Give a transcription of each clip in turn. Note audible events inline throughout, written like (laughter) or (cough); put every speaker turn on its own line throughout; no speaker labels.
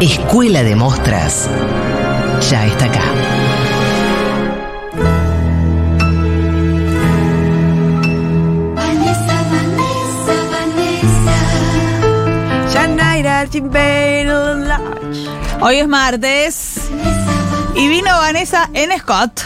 Escuela de Mostras ya está acá.
Vanessa, Vanessa, Vanessa.
Shanaira Chimbeiro Lodge. Hoy es martes y vino Vanessa en Scott.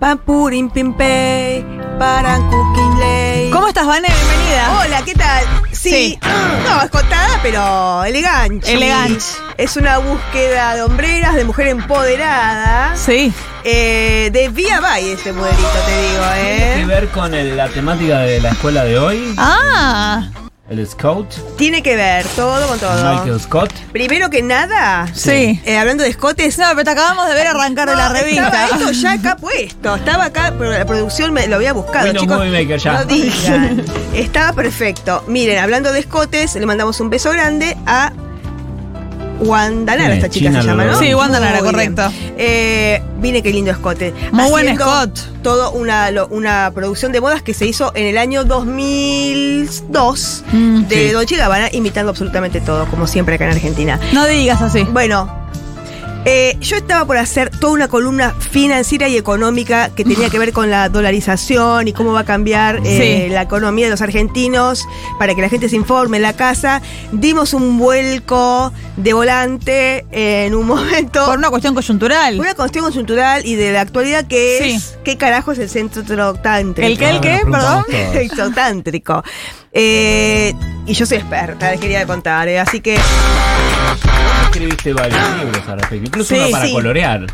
Pampurin pimpei, paran cuquinley.
¿Cómo estás, Vanessa? Bienvenida.
Hola, ¿qué tal? Sí,
Sí.
no, escotada, pero elegante.
Elegante.
Es una búsqueda de hombreras, de mujer empoderada.
Sí.
Eh, de Vía Valle este modelito, te digo,
que
¿eh?
ver con el- la temática de la escuela de hoy,
Ah,
el scout,
Tiene que ver todo con todo.
Michael Scott.
Primero que nada,
sí.
eh, hablando de escotes,
No, pero te acabamos de ver arrancar de la
No, estaba
revista.
esto ya acá puesto. Estaba acá, pero la producción me lo había buscado,
Windows
chicos.
Movie Maker ya.
No digan. Estaba perfecto. Miren, hablando de escotes, le mandamos un beso grande a Guandanara,
Sí,
esta chica
China
se llama, ¿no?
Lorón.
Sí, Guandanara,
Muy
correcto.
bien. Eh, mire qué lindo escote.
Muy buen
Haciendo
escote.
Todo una, lo- una producción de modas que se hizo en el año 2002
Mm.
de
Sí.
Dolce Gabbana, imitando absolutamente todo, como siempre acá en Argentina.
No digas así.
Bueno, eh, yo estaba por hacer toda una columna financiera y económica que tenía que ver con la dolarización y cómo va a cambiar eh,
Sí.
la economía de los argentinos para que la gente se informe en la casa. Dimos un vuelco de volante eh, en un (laughs) momento.
Por una cuestión coyuntural.
Una cuestión coyuntural y de la actualidad que es
Sí.
¿Qué carajo es el centro tántrico?
¿El qué, el qué?
Ah, nos
Perdón.
preguntamos
(laughs)
todos.
tántrico. Eh, y yo soy experta, les quería contar, eh, así que...
Escribiste este varios libros al respecto, incluso
Sí,
uno para
sí.
colorear.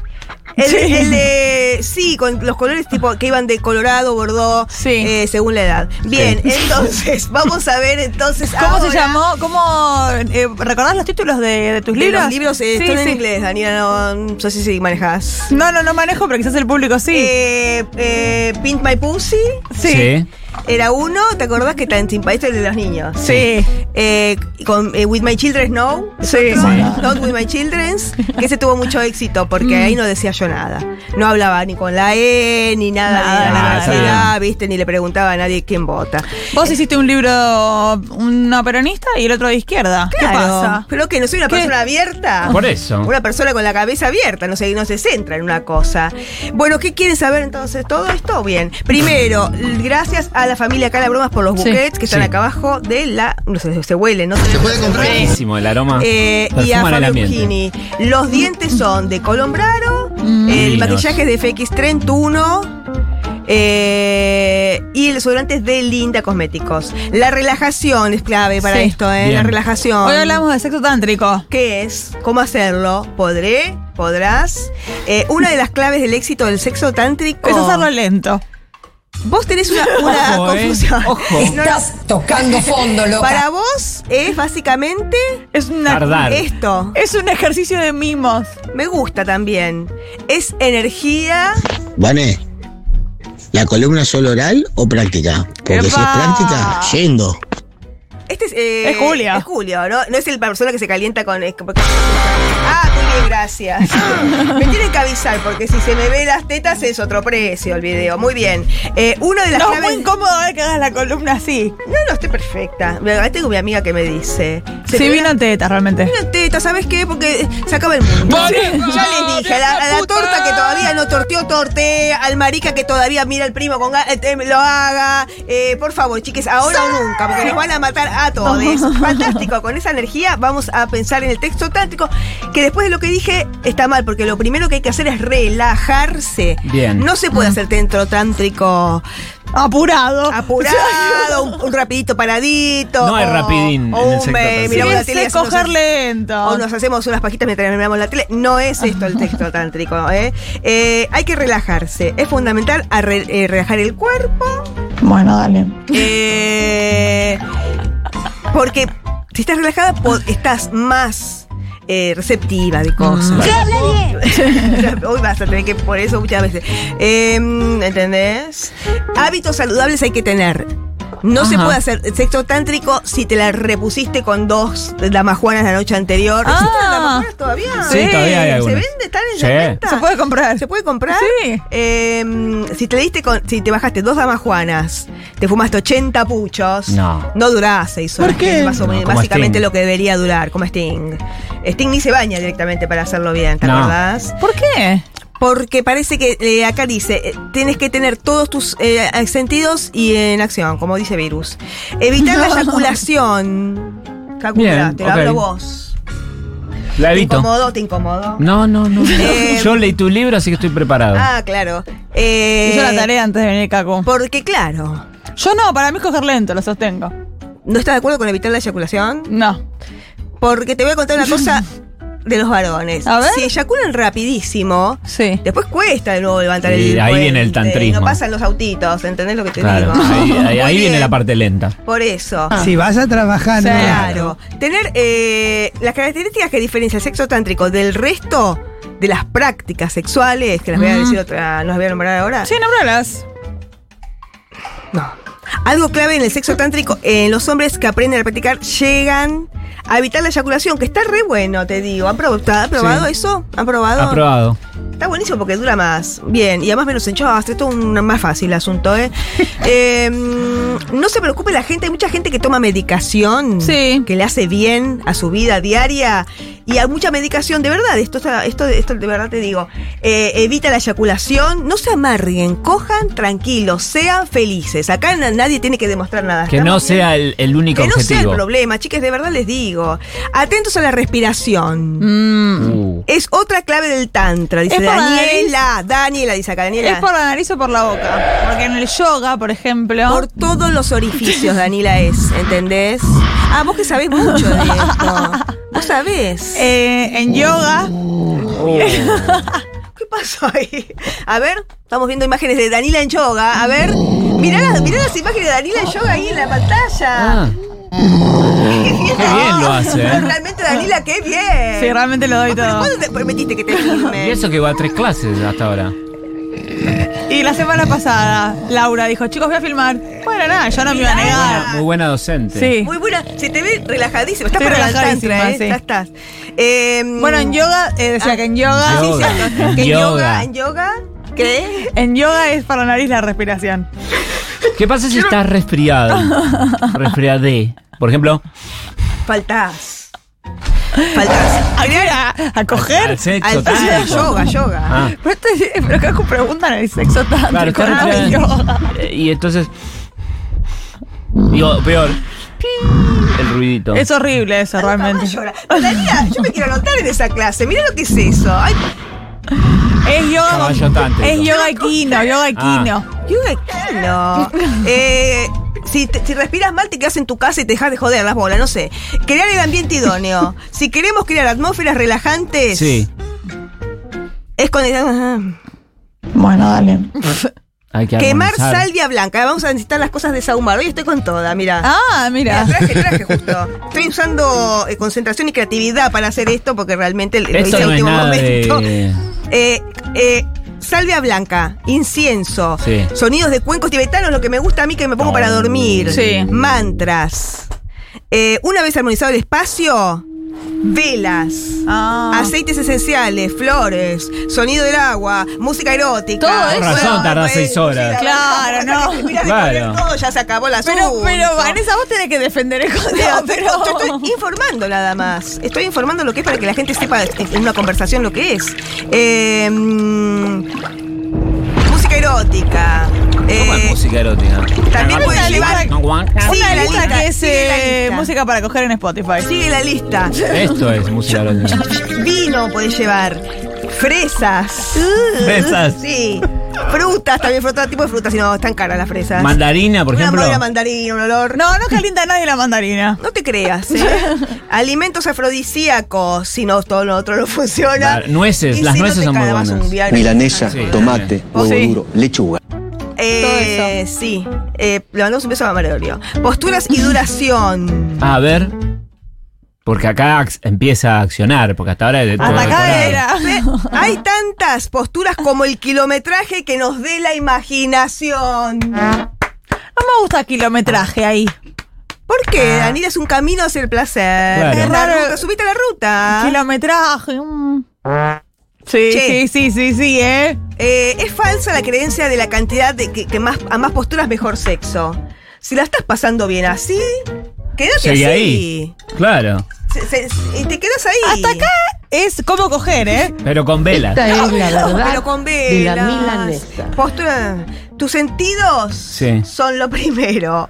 El,
Sí.
el de. Sí, con los colores tipo que iban de colorado, bordó,
Sí.
eh, según la edad. Bien,
(laughs)
entonces, vamos a ver entonces.
¿Cómo
ahora-
se llamó? ¿Cómo eh, recordás los títulos de, de tus
De
libros?
Los libros eh,
Sí,
están en
sí.
inglés, Daniela. No, no sé si si manejas.
No, no, no manejo, pero quizás el público sí.
Eh, eh, Pint My Pussy
sí.
era uno. ¿Te acordás que está en Sin País, el de los niños?
Sí.
Eh, con eh, With My Children No,
Sí. Mm.
Not With My Children's, que ese tuvo mucho éxito porque ahí no decía yo nada. No hablaba ni con la E, ni nada,
Nada,
de la
nada,
universidad,
nada.
¿viste? Ni le preguntaba a nadie quién vota.
Vos hiciste un libro, uno peronista y el otro de izquierda. ¿Qué
Claro,
pasa?
Pero que no soy una
¿Qué?
persona abierta.
Por eso.
Una persona con la cabeza abierta, no se, no se centra en una cosa. Bueno, ¿qué quieren saber entonces? Todo esto bien. Primero, l- gracias a la familia Cala Bromas por los
Sí.
buquets que están
Sí.
acá abajo de la. No sé, se huele, ¿no?
¿Se puede comprar?
Buenísimo el aroma.
Eh, y a
Perfuma el
Fabio
ambiente.
Gini. Los dientes son de Colombraro,
Mm.
el
Divinos.
maquillaje es de FX31 eh, y el desodorante es de Linda Cosméticos. La relajación es clave para
Sí.
esto, ¿eh? La
Bien.
relajación.
Hoy hablamos de sexo tántrico.
¿Qué es? ¿Cómo hacerlo? ¿Podré? ¿Podrás? Eh, una de las claves del éxito del sexo tántrico.
Es hacerlo lento.
Vos tenés
(laughs)
una, una
Ojo, ¿eh?
confusión. (laughs)
Ojo.
No, no.
tocando fondo,
Para vos es básicamente
Es una-
Tardar.
esto.
Es un ejercicio de mimos.
Me gusta también. Es energía.
Vané, ¿la columna solo oral o práctica? Porque si es
¡Epa!
práctica, yendo.
Este es, eh,
Es Julia.
Es Julio, ¿no? No es el la persona que se calienta con. es como- Ah, muy
(laughs)
bien, gracias. me tienen que avisar porque si se me ve las tetas es otro precio el video. Muy bien. Eh, una de las
No, es muy
claves.
incómodo ver que hagas la columna así.
No, no, estoy perfecta. Ahí tengo mi amiga que me dice.
Se
te
vino
ve
tetas realmente.
la- vino teta, ¿sabes qué? Porque se acaba el mundo. Ya les dije, a la, a la torta que todavía no torteó, tortea, al marica que todavía mira al primo con ga- eh, eh, lo haga. Eh, por favor, chiques, ahora o nunca, porque nos van a matar a todos. Fantástico, con esa energía vamos a pensar en el texto táctico, que después de lo que dije está mal, porque lo primero que hay que hacer es relajarse.
Bien.
No se puede hacer texto tántrico
Apurado. (laughs)
apurado, un, un rapidito paradito.
No hay rapidín
o
en el
un,
sector
eh,
tercero.
miramos la
Es
tele y
de
hacemos-
coger
o
lento.
nos hacemos unas pajitas mientras miramos la tele. No es esto el texto (laughs) tántrico. ¿eh? Eh, hay que relajarse. Es fundamental a re- eh, relajar el cuerpo.
Bueno, dale.
(laughs) eh, porque si estás relajada, po- estás más eh, receptiva de
Mm.
cosas. (laughs) Hoy vas a tener que, por eso muchas veces. Eh, ¿Entendés? Hábitos saludables hay que tener. No se
Ajá.
puede hacer sexo tántrico si te la repusiste con dos damajuanas la noche anterior.
Ah.
¿Existen las damajuanas todavía?
Sí,
Sí,
todavía hay
¿Se
algunos.
vende? ¿Están en
Sí.
la venta?
Se puede comprar.
¿Se puede comprar?
Sí.
Eh, si te le diste con- si te bajaste dos damas juanas, te fumaste 80 puchos,
No.
durás seis horas.
¿Por qué?
que es más o
No,
menos
como
básicamente
Sting.
lo que debería durar, como Sting. Sting ni se baña directamente para hacerlo bien, ¿te
No.
acordás?
¿Por qué?
Porque parece que eh, acá dice, eh, tienes que tener todos tus eh, sentidos y en acción, como dice Virus.
(laughs)
Evitar la eyaculación. Calcula,
Bien,
te lo
ok.
hablo vos.
La
¿Te
evito.
incomodó? ¿Te incomodó?
No, no, no.
Eh,
Yo leí tu libro, así que estoy preparado.
Ah, claro. Eh,
Hizo la tarea antes de venir Caco.
Porque claro,
Yo no, para mí es coger lento, lo sostengo.
¿No estás de acuerdo con evitar la eyaculación?
No.
Porque te voy a contar una cosa de los varones.
A ver.
Si eyaculan rapidísimo,
Sí.
después cuesta de nuevo levantar
Y
el
ahí viene el
puente,
tantrismo.
No pasan los autitos, ¿entendés lo que te
claro.
digo?
Ahí, ahí- ahí
Muy
viene
bien,
la parte lenta.
Por eso.
Ah,
Si vas a trabajar,
Sí.
no.
Claro. Tener eh, las características que diferencia el sexo tántrico del resto de las prácticas sexuales, que las voy a
Mm.
decir otra, no las voy a nombrar ahora.
Sí, nombralas.
No. Algo clave en el sexo tántrico, en los hombres que aprenden a practicar llegan a evitar la eyaculación, que está re bueno, te digo. ¿Han probado, ¿ha probado
Sí.
eso? ¿Han probado?
Aprobado.
Está buenísimo porque dura más. Bien, y además menos enchastre. Esto es un- más fácil el asunto, ¿eh? Eh, No se preocupe la gente. Hay mucha gente que toma medicación
Sí.
que le hace bien a su vida diaria. Y hay mucha medicación, de verdad, esto, está- esto, esto de verdad te digo. Eh, evita la eyaculación, no se amarguen, cojan tranquilos, sean felices. Acá na- nadie tiene que demostrar nada.
Que no
¿estamos bien?
sea el, el único
Que no sea el
objetivo.
problema, chicas, de verdad les digo. Atentos a la respiración.
Mm.
Uh,
Es otra clave del tantra, dice
Es por la
Daniela. Daniela, dice acá,
¿Es
Daniela.
por la nariz o por la boca? Porque en el yoga, por ejemplo.
Por todos los orificios, Daniela es, ¿entendés? Ah, vos que sabés mucho de esto. Vos sabés.
eh, en yoga.
¿Qué pasó ahí? A ver, estamos viendo imágenes de Danila en yoga. A ver, mirá las, mirá las imágenes de Danila en yoga ahí en la pantalla.
Ah, qué bien lo hace, ¿eh?
Realmente, Danila, qué bien.
Sí, realmente lo doy
¿Pero
todo.
cuándo te permitiste que te
y
filmen?
eso que va a tres clases hasta ahora.
Y la semana pasada, Laura dijo, chicos, voy a filmar. Bueno, nada, yo no me iba a
Ah.
negar.
Muy buena docente.
Sí.
Muy buena. Se te ve relajadísima. Estás
Estoy
para el
relajadísima,
tantra, ¿eh?
sí.
Ya estás. Em,
Bueno, en yoga, eh, decía
Ah.
que en yoga,
Ah, sí,
Yoga.
sí,
En (laughs)
que en
yoga.
yoga, en yoga, ¿qué?
en yoga es para la nariz la respiración.
¿Qué pasa si
(laughs)
estás resfriado? Resfriadé. Por ejemplo,
Faltás. Faltás.
¿A qué? ¿A, a coger?
al sexo.
Al
tal.
yoga, yoga.
Ah,
Pero, este- pero Cacu preguntan el sexo tanto.
claro, está resfriado. Eh, Y entonces. Digo, peor. El ruidito.
Es horrible eso, realmente.
Llora. Daría, yo me quiero anotar en esa clase. Mirá lo que es eso. Ay,
Es yoga. con-
Caballo Ah. tántrico.
Es yoga equino, yoga equino.
yoga equino. Eh, si, te- si respiras mal, te quedas en tu casa y te dejas de joder las bolas, no sé. Crear el ambiente idóneo. Si queremos crear atmósferas relajantes,
Sí.
es con
Bueno, dale.
Hay que
Quemar
armonizar.
salvia blanca. Vamos a necesitar las cosas de Saumar. Hoy estoy con toda, mirá.
Ah,
(laughs) Mira,
mira.
(laughs)
traje, traje justo. Estoy usando eh, concentración y creatividad para hacer esto porque realmente lo
Esto
hice a
no es
último
nada
momento. (laughs)
de.
Eh, eh, salvia blanca, incienso,
Sí.
sonidos de cuencos tibetanos, lo que me gusta a mí que me pongo para dormir.
Sí.
Mantras. Eh, una vez armonizado el espacio, velas.
Ah.
Aceites esenciales, flores, sonido del agua, música erótica.
Todo eso. Con
razón
pues,
tardás seis horas.
sí, la verdad,
Claro,
hasta que terminás de
Claro.
poner todo, ya se acabó la
Pero, pero, Vanessa, vos tenés que defender el
no,
conteo, (laughs)
pero yo estoy informando nada más. Estoy informando lo que es para que la gente sepa en una conversación lo que es. Eh, mm, música erótica.
¿Cómo es
Eh,
música erótica?
también
Hay una
puedes llevar.
lista-
Sí,
Una
la
letra
lista,
que es
sigue la
eh,
lista.
música para coger en Spotify.
Sigue la lista.
Esto es música erótica.
Vino podés llevar. Fresas.
Uh, Fresas.
Sí. Frutas, también frutas, tipo de frutas, si no, están caras las fresas.
Mandarina, por
una
ejemplo.
buena mandarina, un olor.
No, no calienta a nadie la mandarina.
No te creas,
(laughs)
¿eh? Alimentos afrodisíacos, si no, todo lo otro no funciona.
Claro, nueces,
Y
las
si no
nueces
te
son muy
clavas
buenas.
un Viagra.
Milanesa,
Sí,
tomate, huevo
Sí.
duro, lechuga.
Eh, sí, eh, le mandamos un beso a Mario Posturas y duración.
A ver. Ah, Porque acá ac- empieza a accionar, porque hasta ahora es de todo
Hasta acá
decorado.
era. Hay tantas posturas como el kilometraje que nos dé la imaginación.
No me gusta kilometraje ahí.
¿Por qué, Daniela? Es un camino hacia el placer.
Ah. Claro.
Es la
Claro.
ruta, subite a la ruta.
Kilometraje. mm. Sí,
Ah. Che.
sí, sí, sí, sí, ¿eh?
Eh, es falsa la creencia de la cantidad de que, que más, a más posturas mejor sexo. Si la estás pasando bien así, quédate
Seguí
así.
ahí. Claro.
Se- se- se- y te quedas ahí.
Hasta acá es cómo coger, ¿eh?
Pero con velas.
Esta es la
No,
verdad
pero con
de
velas.
la milanesa.
Postura. Tus sentidos
Sí.
son lo primero.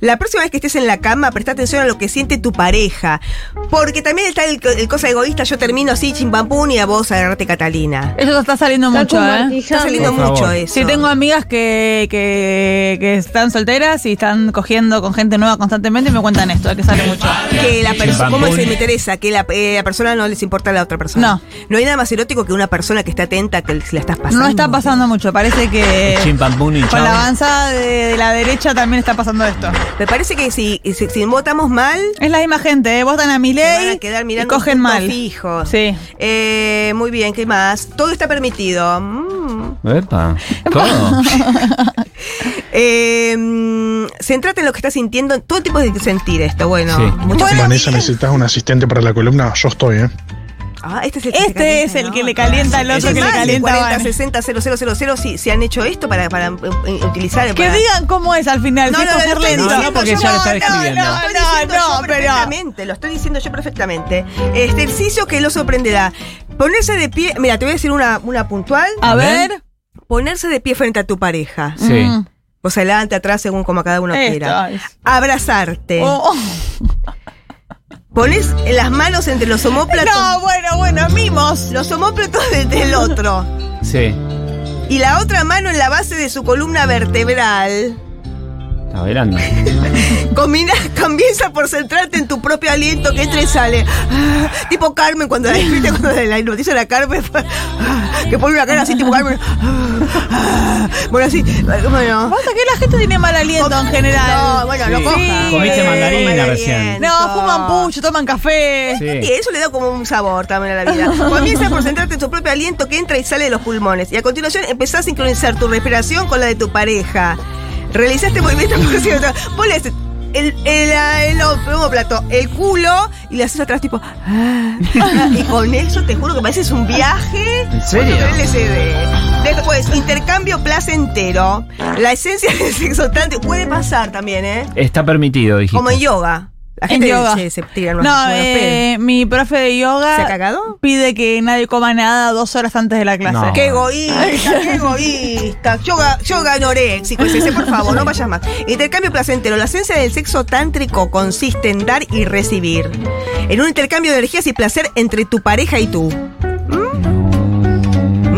La próxima vez que estés en la cama, presta atención a lo que siente tu pareja. Porque también está el, el cosa egoísta, yo termino así, chimpampún, y a vos agarrate Catalina.
Eso está saliendo
Está
mucho, ¿eh?
convertijando.
Está saliendo
Por favor.
mucho eso.
Sí, tengo amigas que, que, que están solteras y están cogiendo con gente nueva constantemente y me cuentan esto, que sale mucho.
que la persona,
Chimpampún.
¿cómo se me interesa? Que la, eh, la persona no les importa a la otra persona.
No.
No hay nada más erótico que una persona que está atenta a que la estás pasando.
No está pasando mucho, parece
Eh,
que
Chimpampún y
con la
chao.
avanzada de, de la derecha también está pasando esto.
Me parece que si, si, si votamos mal,
Es la misma gente, ¿eh? votan a mi
se van
ley
a quedar
y
mirando
cogen
un punto
mal.
fijo.
Sí.
Eh, muy bien, ¿qué más? Todo está permitido. Mm. (laughs)
Epa. ¿Cómo?
Eh, mm, centrate en lo que estás sintiendo, todo tipo de sentir esto. Bueno,
Sí.
muchas gracias.
Vanessa, ¿necesitas un asistente para la columna? Yo estoy, ¿eh?
Ah, este es el que,
Este
te
es el que le
¿no? Este
calienta al otro
Es
que le
más, el
calienta a
40,
Vane.
60 000 si, si han hecho esto para, para eh, utilizar
Que
para-
digan cómo es al final, si es coger
estoy
lento.
diciendo No, no, porque ya lo está describiendo.
No,
No,
no,
no, pero-
no, perfectamente, lo estoy diciendo yo perfectamente. Este ejercicio que lo sorprenderá. Ponerse de pie, mira, te voy a decir una, una puntual.
A ver,
Ponerse de pie frente a tu pareja.
Sí.
Mm.
Vos adelante, atrás, según como cada uno
Esto
quiera.
es.
Abrazarte.
Oh, oh.
Pones las manos entre los homóplatos.
no, bueno, bueno, mimos.
Los homóplatos de- del otro.
Sí.
Y la otra mano en la base de su columna vertebral. (laughs)
Está bailando.
Combina- (laughs) comienza por centrarte en tu propio aliento que entra y sale. Ah, tipo Carmen cuando la ¿viste cuando la hipnotiza la Carmen Ah, que pone una cara así tipo Carmen. Ah, bueno, así, bueno.
Pasa que la gente tiene mal aliento en
No,
general.
bueno,
Sí.
no coja.
Comiste
Eh,
mandarina
mal
recién.
aliento.
No, fuman pucho, toman café.
Sí.
Y eso le da como un sabor también a la vida.
(laughs)
Comienza por centrarte en tu propio aliento que entra y sale de los pulmones. Y a continuación empezás a sincronizar tu respiración con la de tu pareja. Realizaste movimientos (laughs) por cierto. Vos le haces el, el, el homóplato, el culo y le haces atrás tipo. ah, ah, y con eso te juro que pareces un viaje.
¿En serio?
con un LSD. Después, intercambio placentero. La esencia del sexo tanto puede pasar también, ¿eh?
Está permitido, dijiste.
Como en yoga. La
En
gente
yoga.
Se, se tira unos-
No,
unos pedos.
eh, mi profe de
¿Se ha
yoga
cagado?
pide que nadie coma nada dos horas antes de la clase.
No.
Qué egoísta, qué egoísta. Yoga, yoga anoréxico, ese, ese, por favor, no vayas más. Intercambio placentero. La esencia del sexo tántrico consiste en dar y recibir. En un intercambio de energías y placer entre tu pareja y tú. ¿Mm?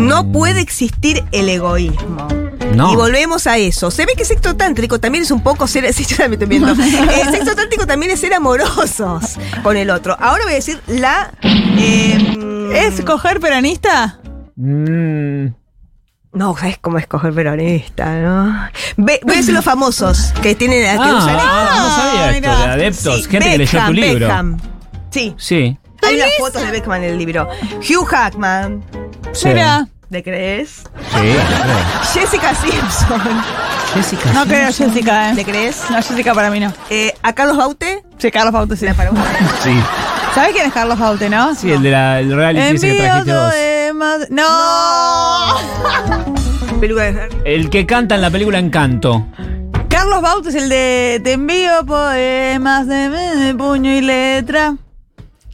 No puede existir el egoísmo.
No.
Y volvemos a eso. Se ve que sexo tántrico también es un poco ser. (laughs) Sí, yo también estoy viendo. Eh, sexo tántrico también es ser amorosos con el otro. Ahora voy a decir la. eh,
¿Es coger peronista?
Mm,
No, sabes cómo escoger peronista, ¿no? Ve, voy a decir los famosos que tienen que
Ah,
usan esto.
ah, no sabía esto,
mira.
de adeptos,
Sí,
gente que leyó tu libro.
Beckham. Sí,
Sí.
hay las fotos de Beckham en el libro. Hugh Hackman,
Sí.
Mira,
¿le crees?
Sí.
Jessica Simpson,
Jessica.
no creo Jessica,
¿le
¿eh?
crees?
No, Jessica para mí no.
Eh, a Carlos Baute,
Sí, Carlos Baute sí.
Sí.
¿Sabes quién es Carlos Baute, no?
Sí, el de la el reality ese que
Envío
trajiste vos.
de Mad- ¡No!
peluca de
El que canta en la película Encanto.
Carlos Baute es el de Te envío poemas de, de puño y letra.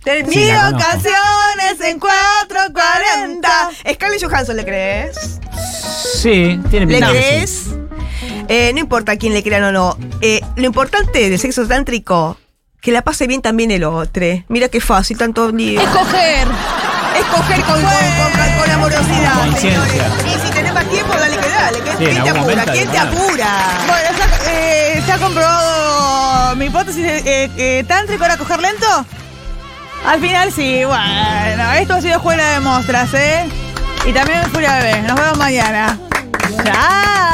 Te
Sí,
envío
la conozco.
canciones en 440.
40.
Scarlett Johansson, ¿le crees?
Sí, tiene
¿Le
pinta que sí.
crees? Eh, no importa quién le crean o no. Eh, lo importante del sexo tántrico, que la pase bien también el otro. Mira qué fácil, tanto lío.
Coger.
Escoger con, con, con- con amorosidad.
Conciencia.
señores. Y si tenés más tiempo, dale que dale. que-
Sí, en
¿Quién te
algún
apura?
momento,
¿Quién te
claro.
apura?
Bueno, se ha, eh, se ha comprobado mi hipótesis de eh, que tántrico era coger lento. Al final sí, bueno, esto ha sido escuela de mostras, ¿eh? Y también Furia Bebé. Nos vemos mañana. Chao.